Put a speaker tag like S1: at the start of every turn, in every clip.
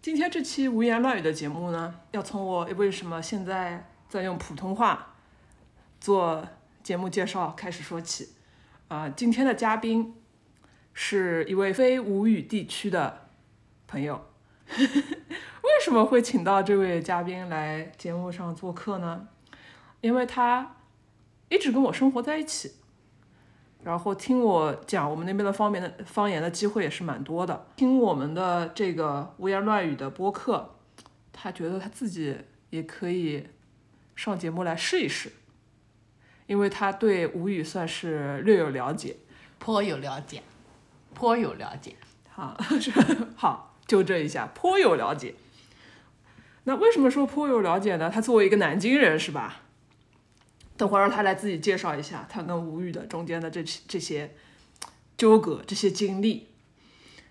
S1: 今天这期无言乱语的节目呢，要从我为什么现在在用普通话做节目介绍开始说起。啊、今天的嘉宾是一位非吴语地区的朋友。 为什么会请到这位嘉宾来节目上做客呢？因为他一直跟我生活在一起，然后听我讲我们那边的方言的方言的机会也是蛮多的。听我们的这个胡言乱语的播客，他觉得他自己也可以上节目来试一试，因为他对吴语算是略有了解。
S2: 颇有了解，颇有了解。
S1: 好，是好，纠正一下，颇有了解。那为什么说颇有了解呢？他作为一个南京人，是吧？等会儿让他来自己介绍一下他跟吴语的中间的这这些纠葛、这些经历。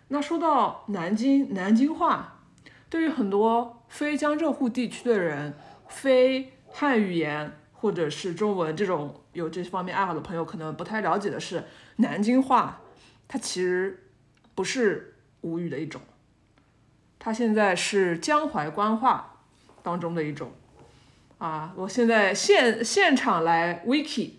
S1: 那说到南京，南京话对于很多非江浙沪地区的人，非汉语言或者是中文这种有这方面爱好的朋友，可能不太了解的是，南京话它其实不是吴语的一种，它现在是江淮官话当中的一种。啊，我现在现现场来 wiki，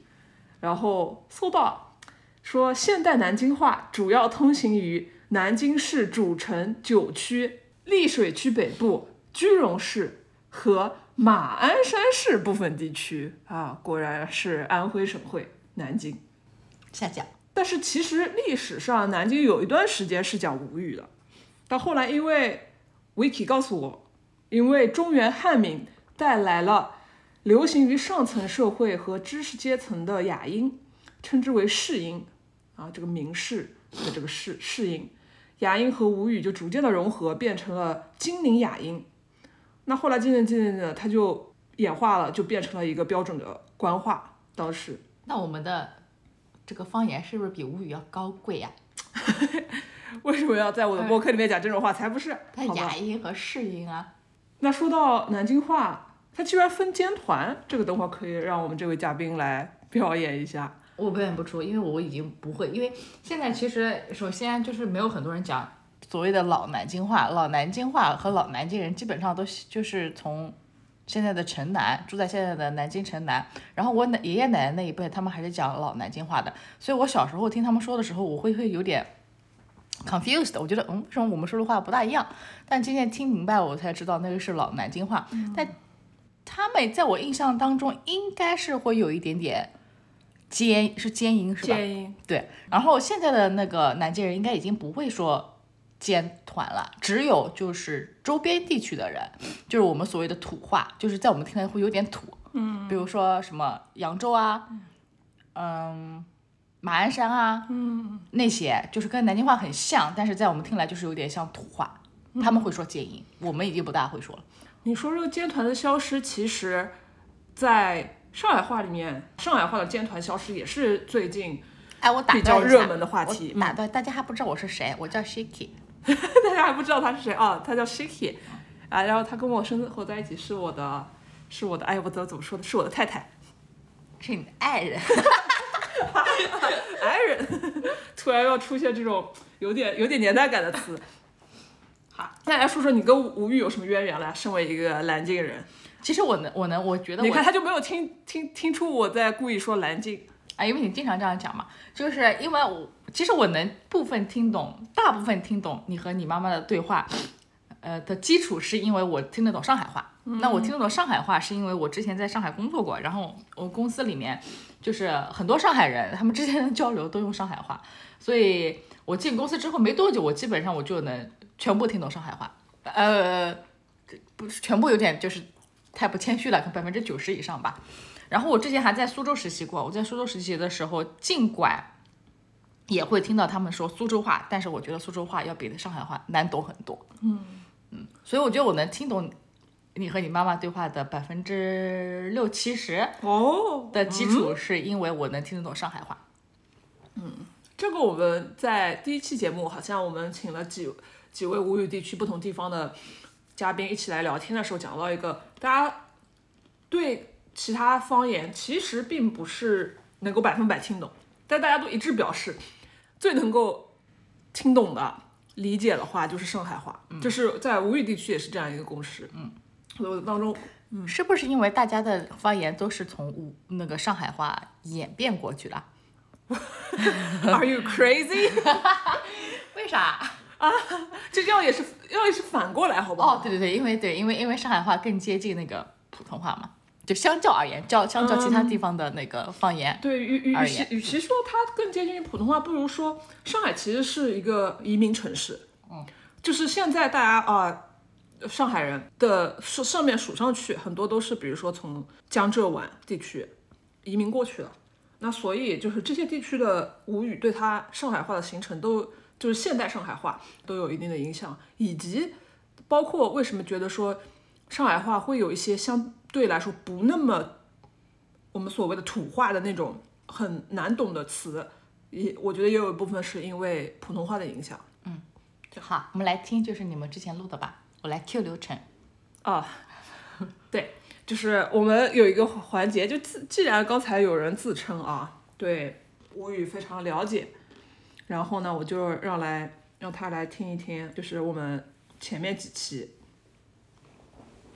S1: 然后搜到说现代南京话主要通行于南京市主城九区、溧水区北部、句容市和马鞍山市部分地区。啊，果然是安徽省会南京。
S2: 下讲，
S1: 但是其实历史上南京有一段时间是讲吴语的，到后来因为 Wiki 告诉我，因为中原汉民带来了流行于上层社会和知识阶层的雅音，称之为士音，啊，这个名士的这个士士音，雅音和吴语就逐渐的融合，变成了金陵雅音。那后来渐渐渐渐的，它就演化了，就变成了一个标准的官话。当时
S2: 那我们的这个方言是不是比吴语要高贵啊呀、
S1: 为什么要在我的播客里面讲这种话？才不是，
S2: 它
S1: 好吧
S2: 雅音和适音啊，
S1: 那说到南京话，它居然分尖团，这个等会儿可以让我们这位嘉宾来表演一下。
S2: 我表演不出，因为我已经不会。因为现在其实首先就是没有很多人讲所谓的老南京话，老南京话和老南京人基本上都是就是从现在的城南住在现在的南京城南，然后我奶爷爷奶奶那一辈他们还是讲老南京话的，所以我小时候听他们说的时候，我会会有点 confused，我觉得嗯，为什么我们说的话不大一样？但今天听明白我才知道那个是老南京话，但他们在我印象当中应该是会有一点点尖，是尖音是吧？
S1: 建议
S2: 对，然后现在的那个南京人应该已经不会说尖团了，只有就是周边地区的人，就是我们所谓的土话，就是在我们听来会有点土，嗯，比如说什么扬州啊，嗯，马鞍山啊，嗯，那些就是跟南京话很像，但是在我们听来就是有点像土话，
S1: 嗯
S2: 他们会说尖音，我们已经不大会说了。
S1: 你说这个尖团的消失，其实，在上海话里面，上海话的尖团消失也是最近
S2: 哎，我打
S1: 比
S2: 断
S1: 较
S2: 一
S1: 热
S2: 下
S1: 门的话
S2: 我
S1: 题嗯
S2: 打断大家还不知道我是谁，我叫 Shiki。
S1: 大家还不知道他是谁啊，他叫 Shiki，啊，然后他跟我生活在一起是我的，是我的，哎，我怎么怎么说的，是我的太太。
S2: 是你的爱人，
S1: 爱人， 突然要出现这种有点有点年代感的词。好，那来说说你跟吴吴语有什么渊源啦？身为一个南京人，
S2: 其实我能，我能，我觉得
S1: 你
S2: 我
S1: 看他就没有听听听出我在故意说南京。
S2: 啊，因为你经常这样讲嘛，就是因为我其实我能部分听懂，大部分听懂你和你妈妈的对话，呃的基础是因为我听得懂上海话。那我听得懂上海话，是因为我之前在上海工作过，然后我公司里面就是很多上海人，他们之间的交流都用上海话，所以我进公司之后没多久，我基本上我就能全部听懂上海话，呃，不是全部有点就是太不谦虚了，可能百分之九十以上吧。然后我之前还在苏州实习过，我在苏州实习的时候，尽管也会听到他们说苏州话，但是我觉得苏州话要比上海话难懂很多。嗯嗯，所以我觉得我能听懂你和你妈妈对话的百分之六七十
S1: 哦
S2: 的基础，是因为我能听得懂上海话。
S1: 这个我们在第一期节目好像我们请了几几位吴语地区不同地方的嘉宾一起来聊天的时候，讲到一个大家对其他方言其实并不是能够百分百听懂，但大家都一致表示最能够听懂的理解了话就是上海话，这是在吴语地区也是这样一个共识。嗯，我当中
S2: 是不是因为大家的方言都是从吴那个上海话演变过去的？
S1: Are you crazy？
S2: 为啥？
S1: 这要也是要也是反过来，好不好？
S2: 哦，对对对，因为对，因为因为上海话更接近那个普通话嘛，就相较而言，较相较其他地方的那个方言，
S1: 对，与与
S2: 而
S1: 与其与其说它更接近于普通话，不如说上海其实是一个移民城市。
S2: 嗯，
S1: 就是现在大家啊、上海人的上上面数上去，很多都是比如说从江浙皖地区移民过去的。那所以就是这些地区的吴语对它上海话的形成都就是现代上海话都有一定的影响，以及包括为什么觉得说上海话会有一些相对来说不那么我们所谓的土话的那种很难懂的词，也我觉得也有一部分是因为普通话的影响
S2: 好，我们来听就是你们之前录的吧，我来 Q 流程。
S1: 啊。对，就是我们有一个环节，就自既然刚才有人自称啊对吴语非常了解，然后呢，我就让来让他来听一听，就是我们前面几期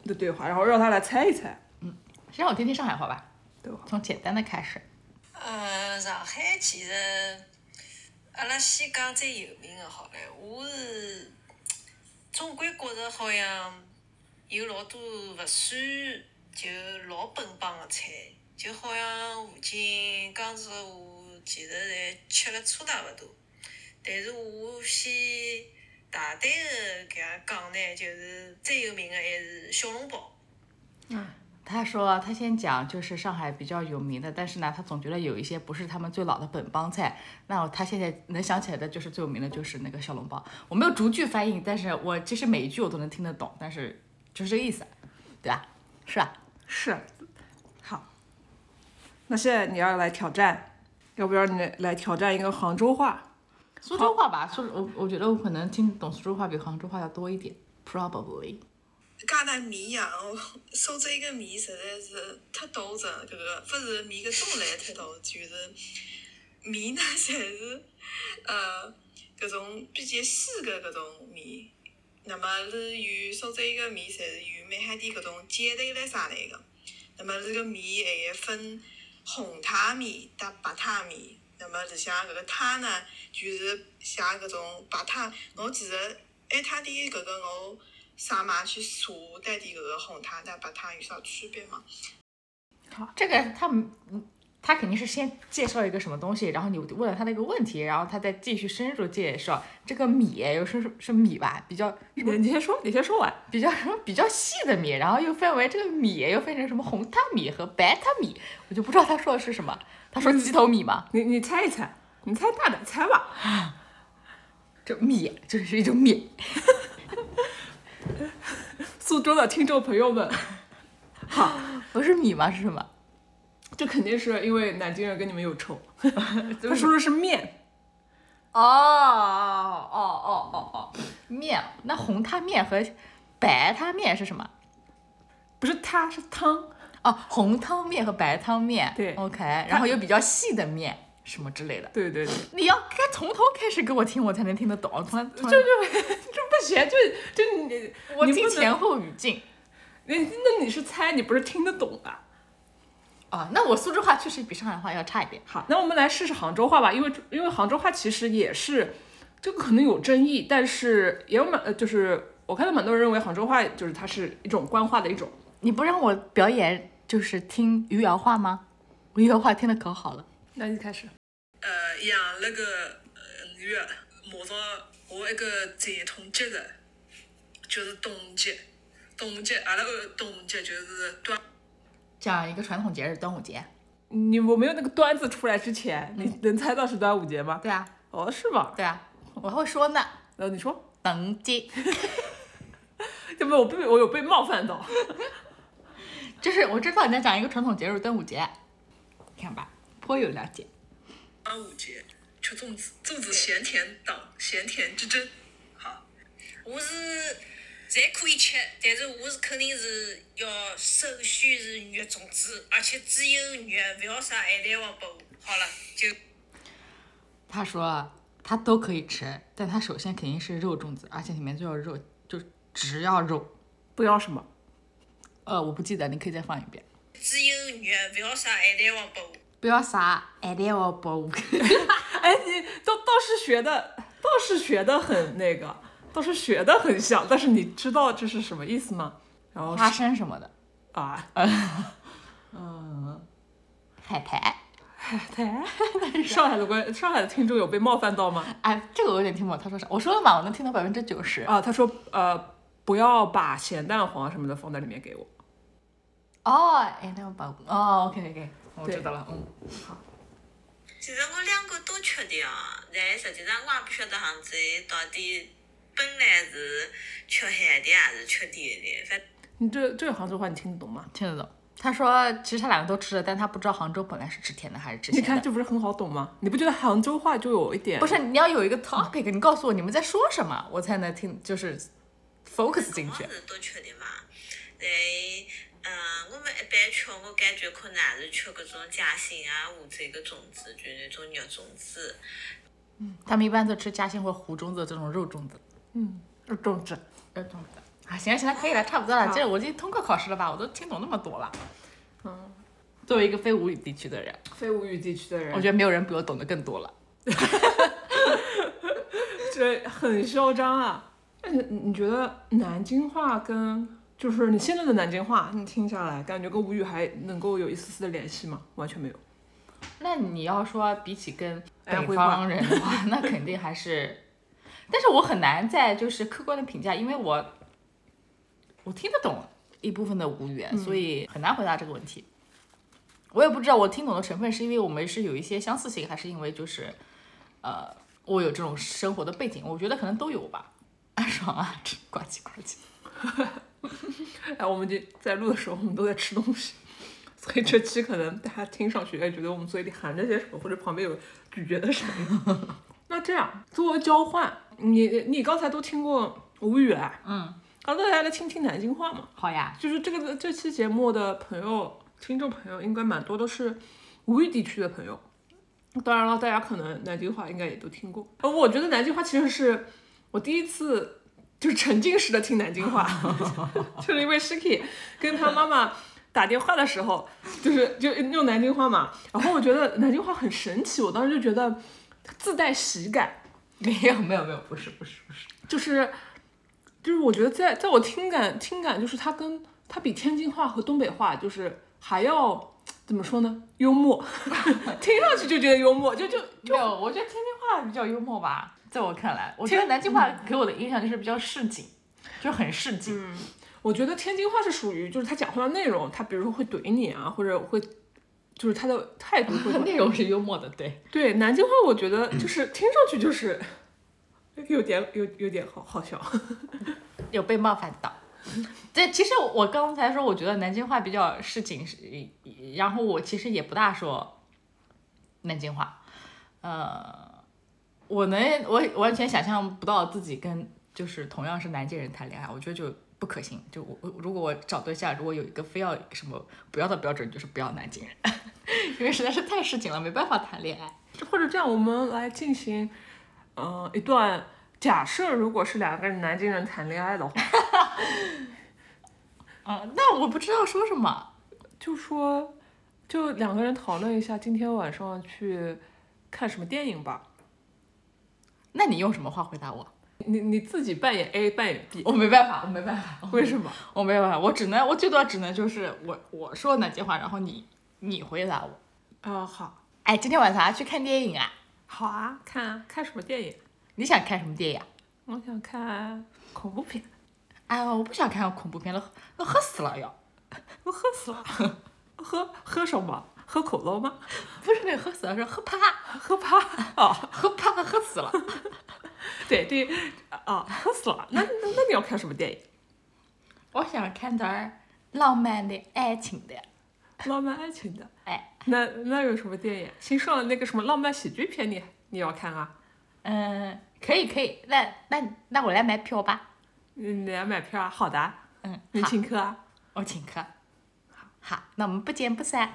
S1: 的对话，然后让他来猜一猜。
S2: 先让我听听上海话吧，
S1: 对
S2: 从简单的开始。
S3: 呃，上海其实，阿拉先讲最有名的好了。我是总归觉着好像有老多勿算就老本帮的菜，就好像附近江浙沪其实侪吃了差大勿多。但是我先大胆的搿样讲呢，就是最有名的还是小笼包。
S2: 他说他先讲就是上海比较有名的，但是呢，他总觉得有一些不是他们最老的本帮菜。那他现在能想起来的就是最有名的就是那个小笼包。我没有逐句翻译，但是我其实每一句我都能听得懂，但是就是这个意思，对吧？是吧？
S1: 是，好，那现在你要来挑战，要不要你来挑战一个杭州话？
S2: 苏州话吧，苏我我觉得我可能听懂苏州话比杭州话要多一点，probably。
S3: 加拿米 呀、我烧出一个米实在是太刀真，搿个勿是米个种类太刀，就是米呢，侪是呃搿种比较细个搿种米。那么是有烧出一个米，侪是有蛮哈点搿种碱类来啥来个。那么这个米还分红汤米搭白汤米。那么里向搿个汤呢，就是像搿种白汤，侬其实爱汤点搿个我啥嘛去查到底搿个红汤搭白汤有啥区别嘛？
S2: 这个他们嗯他肯定是先介绍一个什么东西，然后你问了他那个问题，然后他再继续深入介绍这个米，又是是米吧，比较
S1: 你你先说，你先说完。
S2: 比较什么比较细的米，然后又分为这个米又分成什么红汤米和白汤米，我就不知道他说的是什么。他说鸡头米吗？
S1: 你你猜一猜，你猜大胆猜吧。
S2: 这米就是一种米，
S1: 苏州的听众朋友们，好，
S2: 不是米吗？是什么？
S1: 这肯定是因为南京人跟你们有 仇。他说的是面，
S2: 哦哦哦哦哦，面。那红汤面和白汤面是什么？
S1: 不是它是汤。
S2: 哦，红汤面和白汤面。
S1: 对
S2: ，OK，然后有比较细的面什么之类的。
S1: 对对对，
S2: 你要该从头开始给我听，我才能听得懂。从来从来
S1: 这就这不行，就就你
S2: 我
S1: 你
S2: 听
S1: 不能
S2: 前，后语境。
S1: 你那你是猜，你不是听得懂啊？
S2: 啊，那我苏州话确实比上海话要差一点。
S1: 好，那我们来试试杭州话吧，因为因为杭州话其实也是这个可能有争议，但是也有蛮呃，就是我看到蛮多人认为杭州话就是它是一种官话的一种。
S2: 你不让我表演就是听余姚话吗？我余姚话听得可好了。
S1: 那你开始。
S3: 呃，养了个呃鱼，马上我一个传统节日就是冬节，冬节阿拉个冬节就是端
S2: 讲一个传统节日端午节。
S1: 你我没有那个端字出来之前，
S3: 嗯
S1: 你能猜到是端午节吗？
S2: 对啊，
S1: 哦，是吗？
S2: 对啊，我还会说呢。
S1: 然后你说，
S2: 等级，
S1: 要不我被我有被冒犯到。
S2: 就是我知道你在讲一个传统节日端午节，看吧，颇有了解。
S3: 端午节吃粽子，粽子咸甜党咸甜之争。好，我是侪可以吃，但是我是肯定是要首选是肉粽子，而且只有肉，不要啥咸蛋黄拨我。好了，就
S2: 他说它都可以吃，但它首先肯定是肉粽子，而且里面就要肉，就只要肉。
S1: 不要什么？
S2: 呃，我不记得，你可以再放一遍。
S3: 只有肉，不要啥咸蛋黄包。
S2: 不要啥爱蛋黄包，
S1: 哎，你倒倒是学的，倒是学的很那个，倒是学的很像，但是你知道这是什么意思吗？然后
S2: 花生什么的，
S1: 啊，
S2: 海苔。
S1: 对， 上海的观上海的听众有被冒犯到吗？
S2: 哎，这个我有点听不懂他说啥。我说了嘛，我能听到百分之九十。
S1: 啊，他说呃，不要把咸蛋黄什么的放在里面给我。
S2: 哦，哎，那我把哦，OK OK，我知道了，嗯，
S3: 其实我两个都缺点啊，但实际上我也不晓得杭州到底本来是缺咸的还是缺甜的，反
S1: 你这这个杭州话你听得懂吗？
S2: 听得懂。他说其实他两个都吃了，但他不知道杭州本来是吃甜的还是吃
S1: 你
S2: 咸的。
S1: 看这不是很好懂吗？你不觉得杭州话就有一点
S2: 不是你要有一个 topic，你告诉我你们在说什么，我才能听，就是 focus 进去
S3: 我。是都缺点嘛。但嗯，我们一般缺，我感觉可能还是缺搿种夹心啊，或者搿粽子，就是那种肉粽子。
S2: 他们一般都吃夹心或糊粽子这种肉粽子。
S1: 种植？
S2: 肉粽子啊，行了行了，可以了，差不多了。这我已经通过考试了吧？我都听懂那么多了。嗯，作为一个非吴语地区的人，
S1: 非吴语地区的人，
S2: 我觉得没有人比我懂得更多了。
S1: 这很嚣张啊！那你你觉得南京话跟就是你现在的南京话，你听下来感觉跟吴语还能够有一丝丝的联系吗？完全没有。
S2: 那你要说比起跟
S1: 安
S2: 北
S1: 徽
S2: 方人的话，那肯定还是，但是我很难在就是客观的评价，因为我我听得懂一部分的吴语言，所以很难回答这个问题。我也不知道我听懂的成分是因为我们是有一些相似性，还是因为就是呃我有这种生活的背景，我觉得可能都有吧。安爽啊，吃呱唧呱唧。
S1: 哎，我们就在录的时候，我们都在吃东西，所以这期可能大家听上去也觉得我们嘴里含着些什么，或者旁边有咀嚼的声音。 那这样作为交换，你你刚才都听过吴语了，嗯，那大家来听听南京话嘛。
S2: 好呀，
S1: 就是这个这期节目的朋友，听众朋友应该蛮多都是吴语地区的朋友。当然了，大家可能南京话应该也都听过。呃，我觉得南京话其实是我第一次就是沉浸式的听南京话， 就是因为 Shiki 跟他妈妈打电话的时候，就是就用南京话嘛。然后我觉得南京话很神奇，我当时就觉得它自带喜感，
S2: 没有没有没有，不是不是不是，
S1: 就是就是我觉得在在我听感听感就是它跟它比天津话和东北话就是还要怎么说呢？幽默， 听上去就觉得幽默，就就
S2: 没有，我觉得天津话比较幽默吧，在我看来，我觉得南京话给我的印象就是比较市井，就很市井。
S1: 我觉得天津话是属于就是他讲话的内容，他比如说会怼你啊，或者会就是他的态度会
S2: 内容是幽默的，对，
S1: 对南京话，我觉得就是听上去就是有点有有点好好笑，
S2: 有被冒犯到。 对，其实我刚才说，我觉得南京话比较市井，是然后我其实也不大说南京话，呃，我能，我我完全想象不到自己跟就是同样是南京人谈恋爱，我觉得就不可行。就我我如果我找对象，如果有一个非要什么不要的标准，就是不要南京人， 因为实在是太市井了，没办法谈恋爱。
S1: 或者这样，我们来进行嗯、呃一段假设，如果是两个人南京人谈恋爱的话。
S2: 啊、那我不知道说什么。
S1: 就说，就两个人讨论一下今天晚上去看什么电影吧。
S2: 那你用什么话回答我？
S1: 你你自己扮演 A，扮演 B，
S2: 我没办法，我没办法，
S1: 为什么？
S2: 我哦没办法，我只能，我最多只能就是我我说南京话，然后你你回答我。
S1: 啊、好，
S2: 哎，今天晚上要去看电影啊？
S1: 好啊，看啊，看什么电影？
S2: 你想看什么电影啊？
S1: 我想看恐怖片，
S2: 哎呦，我不想看恐怖片了，我吓死了要。
S1: 我喝死了。 喝喝什么？喝可乐吗？
S2: 不是那个吓死了，是吓怕，
S1: 喝趴啊？
S2: 吓怕，吓死了。
S1: 对对，啊，喝死了。那那那你要看什么电影？
S2: 我想看点儿浪漫的、爱情的。
S1: 浪漫爱情的。
S2: 哎，
S1: 那那有什么电影？新上的那个什么浪漫喜剧片你，你要看啊？
S2: 嗯，可以可以，那那那我来买票吧。
S1: 你你来买票啊？好的啊，
S2: 嗯，
S1: 你
S2: 好，
S1: 请客啊？
S2: 我请客。好，那我们不见不散。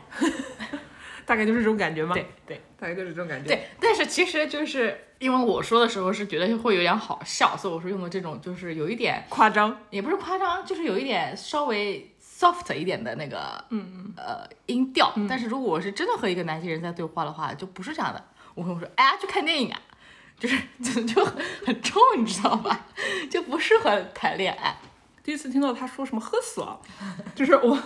S1: 大概就是这种感觉吗？
S2: 对，对
S1: 大概就是这种感觉。，
S2: 对，但是其实就是因为我说的时候是觉得会有点好笑，所以我说用的这种就是有一点，
S1: 夸张，
S2: 也不是夸张，就是有一点稍微 soft 一点的那个，嗯呃音调。但是如果我是真的和一个南京人在对话的话，就不是这样的。我跟我说，哎呀，去看电影啊，就是 就就很很冲，你知道吧？就不适合谈恋爱。
S1: 第一次听到他说什么喝死了， 就是我，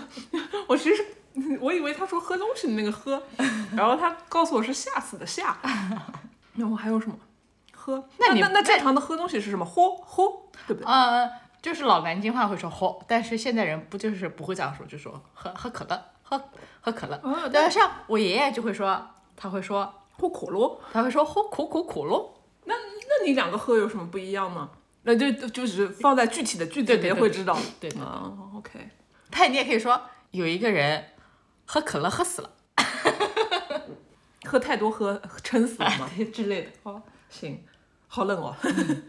S1: 我其实 我以为他说喝东西的那个喝， 然后他告诉我是吓死的吓。 那我还有什么？喝？
S2: 那你
S1: 那那正常的喝东西是什么？喝喝，对不对？
S2: 呃，就是老南京话会说喝，但是现在人不就是不会这样说，就说喝喝可乐，喝喝可乐。
S1: 哦
S2: 但是像我爷爷就会说，他会说
S1: 喝可乐。
S2: 他会说喝苦苦苦喽。
S1: 那那你两个喝有什么不一样吗？那就就就只是放在具体的句子里
S2: 对对
S1: 面
S2: 对
S1: 会知道。
S2: 对对对
S1: 啊，OK。
S2: 但你也可以说有一个人喝可乐喝死了，
S1: 喝太多喝 撑死了吗？
S2: 哎之类的。
S1: 哦，行，好冷哦。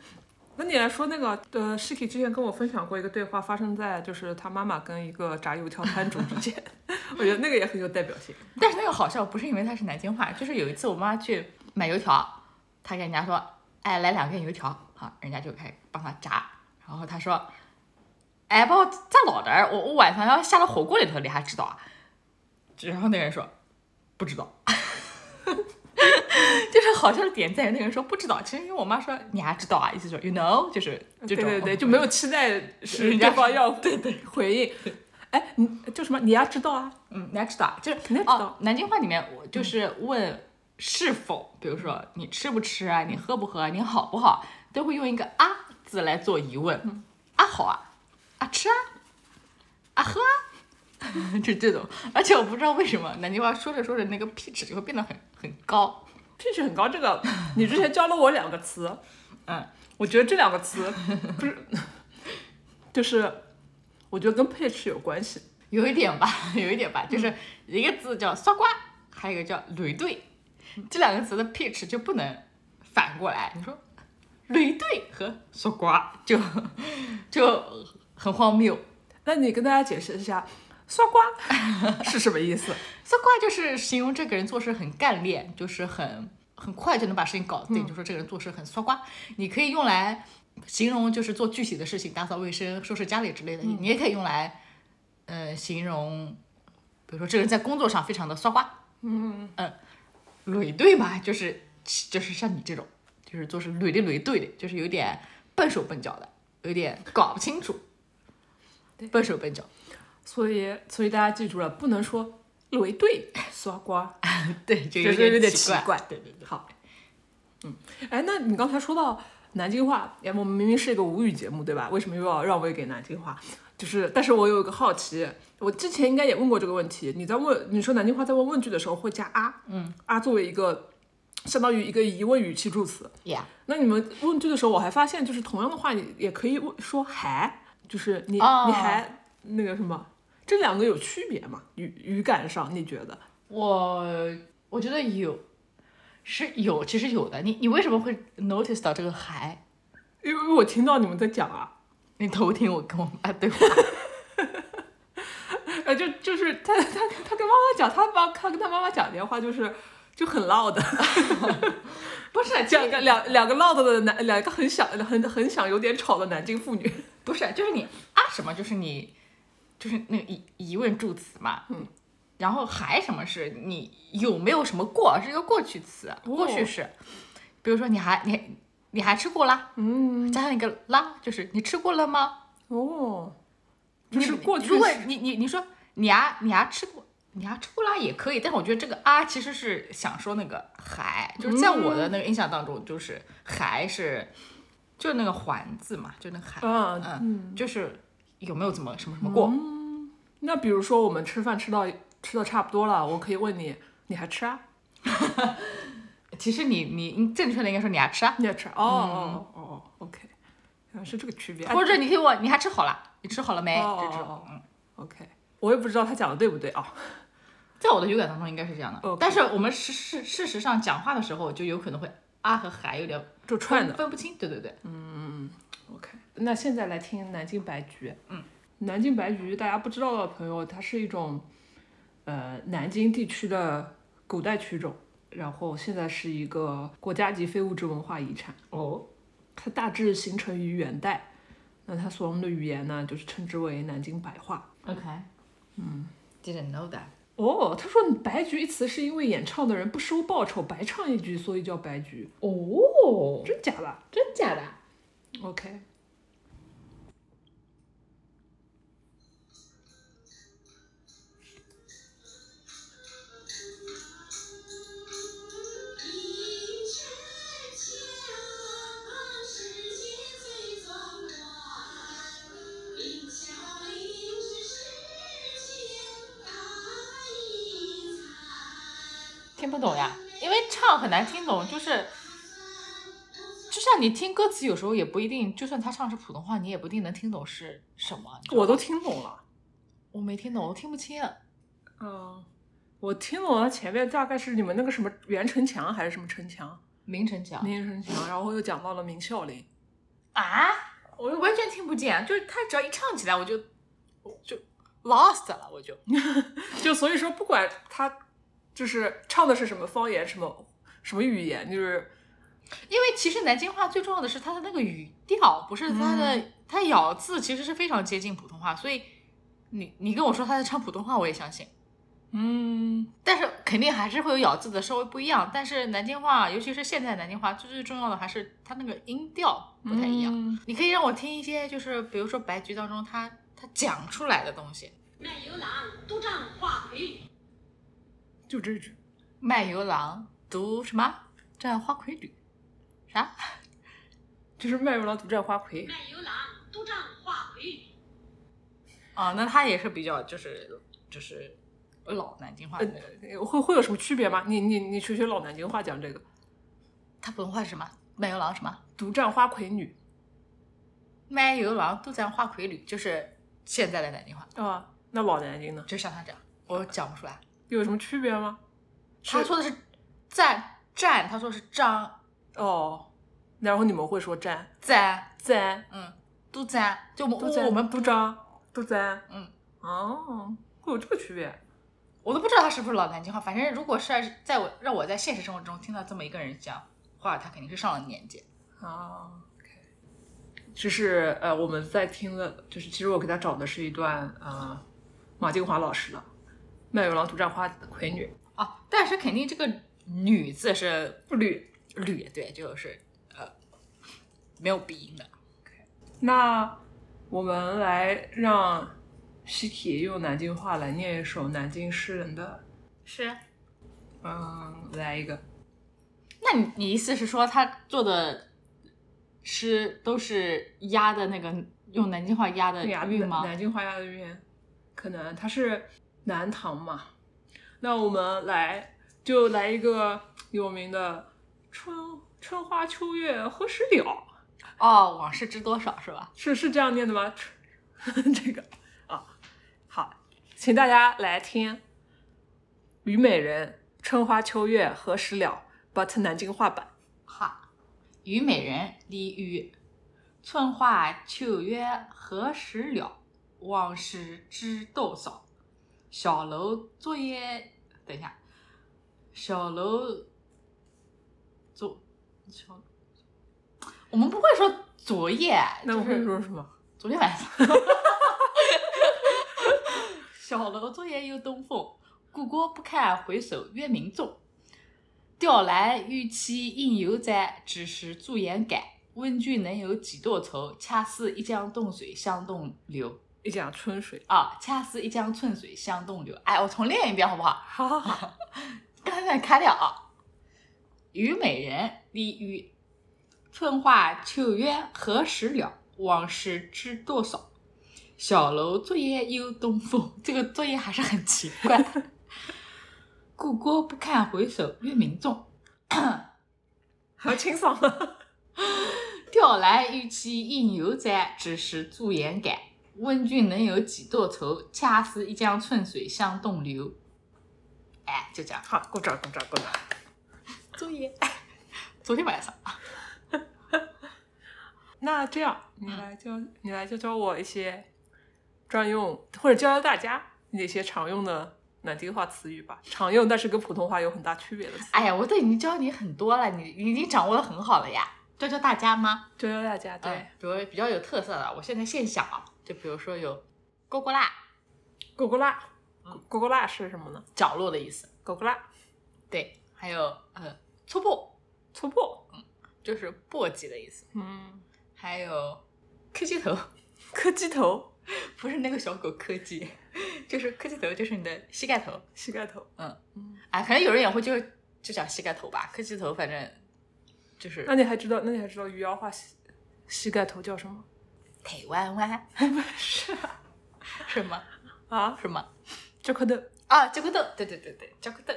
S1: 那你来说那个，呃，Shiki 之前跟我分享过一个对话，发生在就是他妈妈跟一个炸油条摊主之间， 我觉得那个也很有代表性。
S2: 但是那个好笑不是因为它是南京话，就是有一次我妈去买油条，她跟人家说，哎，来两根油条，好，人家就开始帮她炸，然后她说，哎，帮我炸老点儿，我我晚上要下到火锅里头，你还知道啊？然后那个人说，不知道。 就是好笑的点在于那个人说不知道，其实因为我妈说你还知道啊，意思说 you know，就是这
S1: 对
S2: 种啊
S1: 对对，就没有期待是
S2: 人家
S1: 对方 要对对回应。哎，你就什么？你要知道啊，
S2: 嗯，你要知道啊，就是
S1: 你要知
S2: 哦
S1: 道，
S2: 南京话里面我就是问是否，比如说你吃不吃啊，你喝不喝啊，你好不好，都会用一个啊字来做疑问，啊好啊，啊吃啊，啊喝啊， 就这种。而且我不知道为什么南京话说着说着那个 pitch 就会变得很很高，
S1: p i 很高。这个你之前教了我两个词，
S2: 嗯，
S1: 我觉得这两个词不是， 就是我觉得跟配置有关系。
S2: 有一点吧， 有一点吧，就是一个字叫刷瓜，还有一个叫雷队，这两个词的 pitch 就不能反过来。你说雷队和刷瓜就 就很荒谬。
S1: 那你跟大家解释一下“刷瓜” 是什么意思？
S2: 刷瓜就是形容这个人做事很干练，就是很很快就能把事情搞定，
S1: 嗯
S2: 就说这个人做事很刷瓜。你可以用来形容就是做具体的事情，打扫卫生、收拾家里之类的。
S1: 嗯
S2: 你也可以用来，呃，形容，比如说这个人在工作上非常的刷瓜。嗯嗯，累对吧？就是就是像你这种，就是做事累的累对的，就是有点笨手笨脚的，有点搞不清楚，笨手笨脚。
S1: 所以，所以大家记住了，不能说“雷队刷 瓜
S2: 对，就
S1: 就
S2: 有
S1: 是有点奇怪
S2: 对对”。对，
S1: 好，嗯，哎，那你刚才说到南京话，哎，我们明明是一个吴语节目，对吧？为什么又要让位给南京话？就是，但是我有一个好奇，我之前应该也问过这个问题。你在问你说南京话在问问句的时候会加啊，嗯，啊作为一个相当于一个疑问语气助词，
S2: 呀、
S1: 那你们问句的时候，我还发现就是同样的话，你也可以问说还，就是你、
S2: 哦
S1: 你还那个什么，这两个有区别吗？语语感上你觉得？
S2: 我我觉得有，是有，其实有的。你你为什么会 notice 到这个还？
S1: 因为我听到你们在讲啊，
S2: 你偷听我跟我妈对话，
S1: 呃，就就是他他他跟妈妈讲，他妈他跟他妈妈讲电话就是就很 loud，
S2: 不是
S1: 两个两两个 loud 的男，两个很想很很想有点吵的南京妇女，
S2: 不是就是你啊什么就是你就是那个疑疑问助词嘛，嗯，然后还什么是你有没有什么过是一个过去词，过去式，比如说你还你你还吃过啦，
S1: 嗯
S2: 加上一个啦，就是你吃过了吗？
S1: 哦，就是
S2: 你
S1: 过去
S2: 如果
S1: 式
S2: 你你你说你呀你呀吃过你呀吃过啦也可以，但是我觉得这个啊其实是想说那个还，就是
S1: 嗯
S2: 在我的那个印象当中，就是还是就那个还字嘛，就那个还，
S1: 嗯
S2: 嗯，就是有没有怎么什么什么过？
S1: 那比如说我们吃饭吃到吃的差不多了，我可以问你你还吃啊？
S2: 其实你你你正确的应该说你呀吃啊，
S1: 你也吃哦哦哦哦，OK，原来是这个区别。哎
S2: 或者你可以问你还吃好了，你吃好了没？
S1: 哦
S2: 就这
S1: 哦哦
S2: 种，嗯。
S1: OK，我也不知道他讲的对不对啊。
S2: 在我的语感当中应该是这样的
S1: OK
S2: 但是我们事事事实上讲话的时候，就有可能会啊和还有点
S1: 就串的
S2: 分不清，对对对，嗯
S1: OK，那嗯现在来听南京白菊。嗯，南京白菊，大家不知道的朋友，它是一种呃南京地区的古代曲种，然后现在是一个国家级非物质文化遗产。
S2: 哦，
S1: 它大致形成于元代，那它所用的语言呢，就是称之为南京白话。
S2: OK，嗯，didn't know that。
S1: 哦，他说“白菊”一词是因为演唱的人不收报酬，白唱一句，所以叫白菊，
S2: 哦，
S1: 真假的
S2: 真假的？
S1: ？OK，
S4: 一世情，世界最纵观，冰小林之世情大一餐。
S2: 听不懂呀，因为唱很难听懂，就是就像你听歌词，有时候也不一定，就算他唱是普通话，你也不一定能听懂是什么。你知道吗
S1: 我都听懂了。
S2: 我没听懂，我听不清。啊
S1: 嗯，我听懂了前面大概是你们那个什么袁城墙还是什么城墙，
S2: 凌晨讲
S1: 林城墙，然后又讲到了明孝陵。
S2: 啊，我完全听不见，就是他只要一唱起来，我就我就 lost 了，我就
S1: 就所以说，不管他就是唱的是什么方言、什么什么语言，就是
S2: 因为其实南京话最重要的是它的那个语调，不是它的、
S1: 嗯
S2: 它咬字其实是非常接近普通话，所以你你跟我说他在唱普通话，我也相信。
S1: 嗯，
S2: 但是肯定还是会有咬字的，稍微不一样。但是南京话，尤其是现代南京话，最最重要的还是它那个音调不太一样。
S1: 嗯
S2: 你可以让我听一些，就是比如说白菊当中他他讲出来的东西，
S4: 卖油郎独占画魁，
S1: 就这句。
S2: 卖油郎读什么占花魁履，啥？
S1: 就是卖油郎独占花魁，
S4: 卖油郎独占画魁。
S2: 哦，那他也是比较就是就是老南京话的那个。
S1: 呃会会有什么区别吗？你你你学学老南京话讲这个，
S2: 他普通话是什么？卖油郎什么？
S1: 独占花魁女
S2: 卖油郎独占花魁履，就是现在的南京话，
S1: 啊，那老南京呢，
S2: 就像他这样，我讲不出来。
S1: 有什么区别吗？
S2: 他说的是赞赞，他说是张
S1: 哦，然后你们会说占
S2: 赞，
S1: 占，
S2: 嗯，都赞，就我
S1: 都
S2: 们
S1: 占
S2: 我们
S1: 都占都占，
S2: 嗯，
S1: 哦，会有这个区别，
S2: 我都不知道他是不是老南京话，反正如果是在我让我在现实生活中听到这么一个人讲话，他肯定是上了年纪。
S1: 啊，OK，就是呃，我们在听的，就是其实我给他找的是一段呃，马静华老师的《卖油郎独占花魁女
S2: 啊，但是肯定这个“女”字是”
S1: 绿。
S2: 捋，对，就是呃没有鼻音的。
S1: 那我们来让西奇用南京话来念一首南京诗人的，
S2: 是，啊
S1: 嗯，来一个，
S2: 那你你意思是说他做的诗都是押的那个用南京话押的
S1: 呀
S2: 韵吗？
S1: 南京话押的韵，可能它是南唐嘛。那我们来就来一个有名的春春花秋月何时了。
S2: 哦，往事知多少是吧？
S1: 是是这样念的吗？这个啊，好，请大家来听《虞美人》春花秋月何时了，but 南京话版。
S2: 哈，虞美人，李煜。春花秋月何时了？往事知多少？小楼昨夜，等一下，小楼昨小，我们不会说昨夜，
S1: 那我
S2: 就是
S1: 会说什么？
S2: 昨天晚上。小楼昨夜又东风，故国不堪回首月明中。雕栏玉砌应犹在，只是驻颜改。问君能有几多愁？恰似一江冻水向东流。
S1: 一讲春水，
S2: 啊，恰似一江春水向东流。哎，我重练一遍好不好？
S1: 好好好，
S2: 刚才卡掉啊。虞美人，李煜。春花秋月何时了？往事知多少？小楼昨夜又东风。这个作业还是很奇怪。故国不堪回首月明中。
S1: 还要清嗓了。
S2: 雕栏玉砌应犹在，只是驻颜改。问君能有几多愁？恰似一江春水向东流。哎，就这样。
S1: 好，鼓掌鼓掌鼓掌。
S2: 作业， 昨天晚上。
S1: 那这样，你来教你来教教我一些专用，或者教教大家那些常用的南京话词语吧，常用但是跟普通话有很大区别的词。
S2: 哎呀，我都已经教你很多了，你你已经掌握的很好了呀，教教大家吗？
S1: 教教大家，对，
S2: 嗯比如比较有特色的，我现在现想啊，就比如说有勾勾辣，
S1: 狗狗辣，狗狗辣是什么呢？
S2: 角落的意思，
S1: 狗狗辣，
S2: 对，还有呃粗布，
S1: 搓破，
S2: 就是簸箕的意思，
S1: 嗯，
S2: 还有磕鸡头，
S1: 磕鸡头，
S2: 不是那个小狗磕鸡，就是磕鸡头，就是你的膝盖头，
S1: 膝盖头。
S2: 嗯
S1: 嗯，
S2: 哎，可能有人也会就就讲膝盖头吧，磕鸡头，反正就是
S1: 那你还知道？那你还知道余姚话膝膝盖头叫什么？
S2: 腿弯弯，
S1: 不是
S2: 是吗？
S1: 啊，
S2: 是吗？
S1: 叫磕头。
S2: 啊，焦骨豆，对对对对，焦骨豆。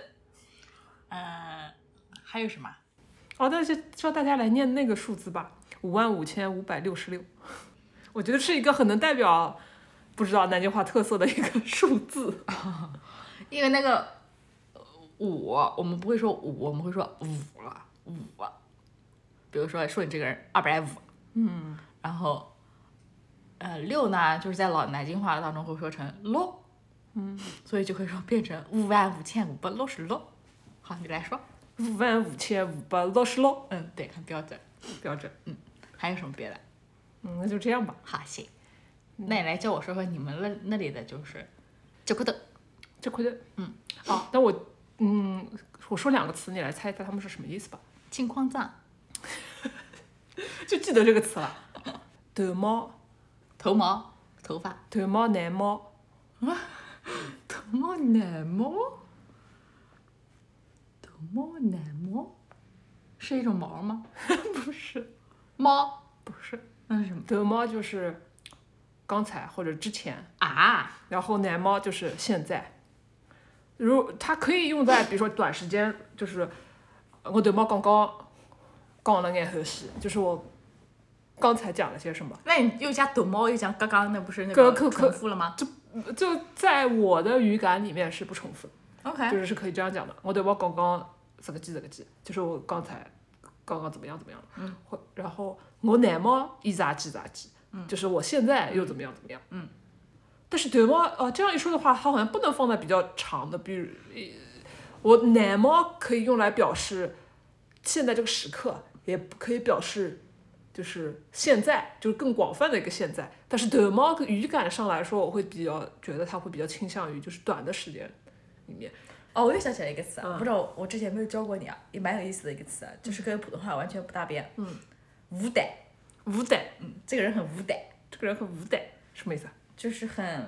S2: 嗯，还有什么？
S1: 好的，就教大家来念那个数字吧，五万五千五百六十六。 我觉得是一个很能代表不知道南京话特色的一个数字。
S2: 因为那个呃五，我们不会说五，我们会说五了五了。比如说说你这个人二百五，
S1: 嗯，
S2: 然后呃六呢，就是在老南京话当中会说成六，嗯，所以就会说变成五万五千五百六十六。好，你来说。
S1: 五万五千五百六十六，
S2: 嗯，对，很标准。
S1: 标准。
S2: 还有什么别的？
S1: 嗯，那就这样吧。
S2: 好，行。那你来教我说说你们那那里的就是焦骨豆。
S1: 这亏的，嗯，啊，那我，嗯，我说两个词，你来猜一猜它们是什么意思吧？
S2: 金矿藏、
S1: 就记得这个词了。短毛，
S2: 头毛、头发、
S1: 短毛男毛，
S2: 头毛男毛，头毛男毛是一种毛吗？
S1: 不是，
S2: 猫
S1: 不是，
S2: 那是什么
S1: 短毛就是刚才或者之前，
S2: 啊？
S1: 然后男猫就是现在。如它可以用在，比如说短时间，就是呃我短毛刚刚讲了眼后戏，就是我刚才讲了些什么。
S2: 那你又加短毛又讲刚刚那不是那
S1: 个
S2: 个
S1: 可可
S2: 重复了吗
S1: 就在我的语感里面是不重复的，就
S2: ？OK，
S1: 是是可以这样讲的。我对我刚刚这个记这个记，就是我刚才刚刚怎么样怎么样了。嗯。或然后我乃么一咋记咋记，就是我现在又怎么样怎么样。嗯。但是对么呃这样一说的话，它好像不能放在比较长的，比如呃我乃么可以用来表示现在这个时刻，也可以表示。就是现在，就是更广泛的一个现在。但是短毛语感上来说，我会比较觉得它会比较倾向于就是短的时间里面。
S2: 哦，我又想起来一个词啊，不知道我之前没有教过你啊，也蛮有意思的一个词啊，就是跟普通话完全不搭边。嗯，无胆，
S1: 无胆，
S2: 嗯，这个人很无胆，
S1: 这个人很无胆，什么意思啊
S2: 就是很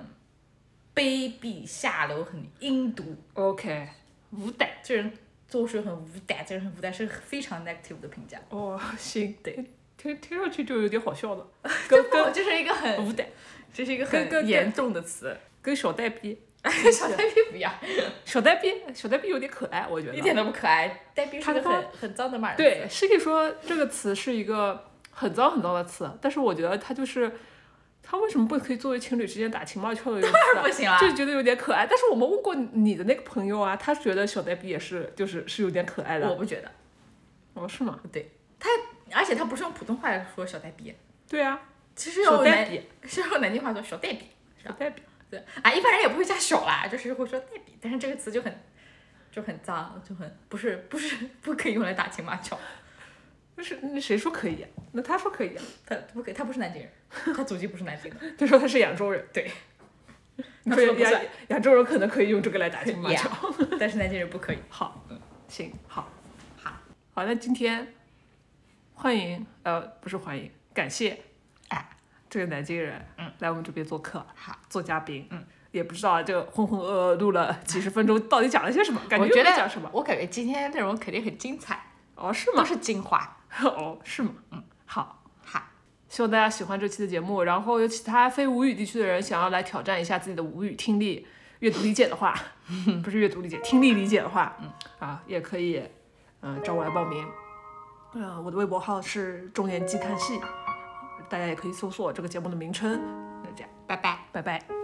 S2: 卑鄙下流，很阴毒。
S1: ？OK，
S2: 无胆，这人做事很无胆，这人很无胆是非常 negative 的评价。
S1: 哦，行，对，听听上去就有点好笑 了， 跟跟
S2: 这是一个很
S1: 无，胆，
S2: 这是一个
S1: 跟跟
S2: 很严重的词。
S1: 跟小呆逼，
S2: 小呆逼不一 样，
S1: 小呆逼，小呆逼有点可爱，我觉
S2: 一
S1: 得。
S2: 点都不可爱。呆逼是
S1: 他
S2: 个
S1: 刚
S2: 很很脏的骂人词。
S1: 对，是可以说这个词是一个很脏很脏的词，但是我觉得它就是。它为什么不可以作为情侣之间打情骂俏的用词、啊？
S2: 然不行啦
S1: 就觉得有点可爱。但是我们问过你的那个朋友啊，他觉得小呆逼也是，就是是有点可爱
S2: 我
S1: 的。
S2: 不觉得。
S1: 哦，是吗？
S2: 对他，而且他不是用普通话说小呆逼，
S1: 对啊，
S2: 其实用
S1: 小呆
S2: 南
S1: 逼，
S2: 是用南京话说小呆逼。是
S1: 小
S2: 吧？
S1: 呆逼。
S2: 对啊，一般人也不会加小啦，就是会说呆逼，但是这个词就很就很脏，就很不是不是不可以用来打情骂俏。
S1: 那是那谁说可以、啊？那他说可以、啊，
S2: 他不可以，他不是南京人，他祖籍不是南京的。
S1: 他说他是亚洲人。
S2: 对，
S1: 你
S2: 他
S1: 说
S2: 说不
S1: 亚
S2: 算
S1: 亚洲人可能可以用这个来打情骂俏。
S2: Yeah，但是嗯南京人不可以。
S1: 好，行，好，
S2: 好，
S1: 好，那今天欢迎呃不是欢迎，感谢
S2: 哎，
S1: 这个南京人
S2: 嗯
S1: 来我们这边做客，
S2: 好，
S1: 做嘉宾，
S2: 嗯，
S1: 也不知道这浑浑噩噩录了几十分钟，到底讲了些什么？感
S2: 我
S1: 又
S2: 觉
S1: 没
S2: 得
S1: 讲什么？
S2: 我感觉今天内容肯定很精彩，
S1: 哦，是
S2: 都
S1: 吗？
S2: 是精华。
S1: 哦，是吗？嗯，好。
S2: 好，
S1: 希望大家喜欢这期的节目。然后有其他非吴语地区的人想要来挑战一下自己的吴语听力、阅读理解的 话，不是阅读理解，听力理解的话，啊，也可以，嗯、找我来报名。嗯、我的微博号是中年季看戏，大家也可以搜索这个节目的名称。那这样，
S2: 拜拜。
S1: 拜拜。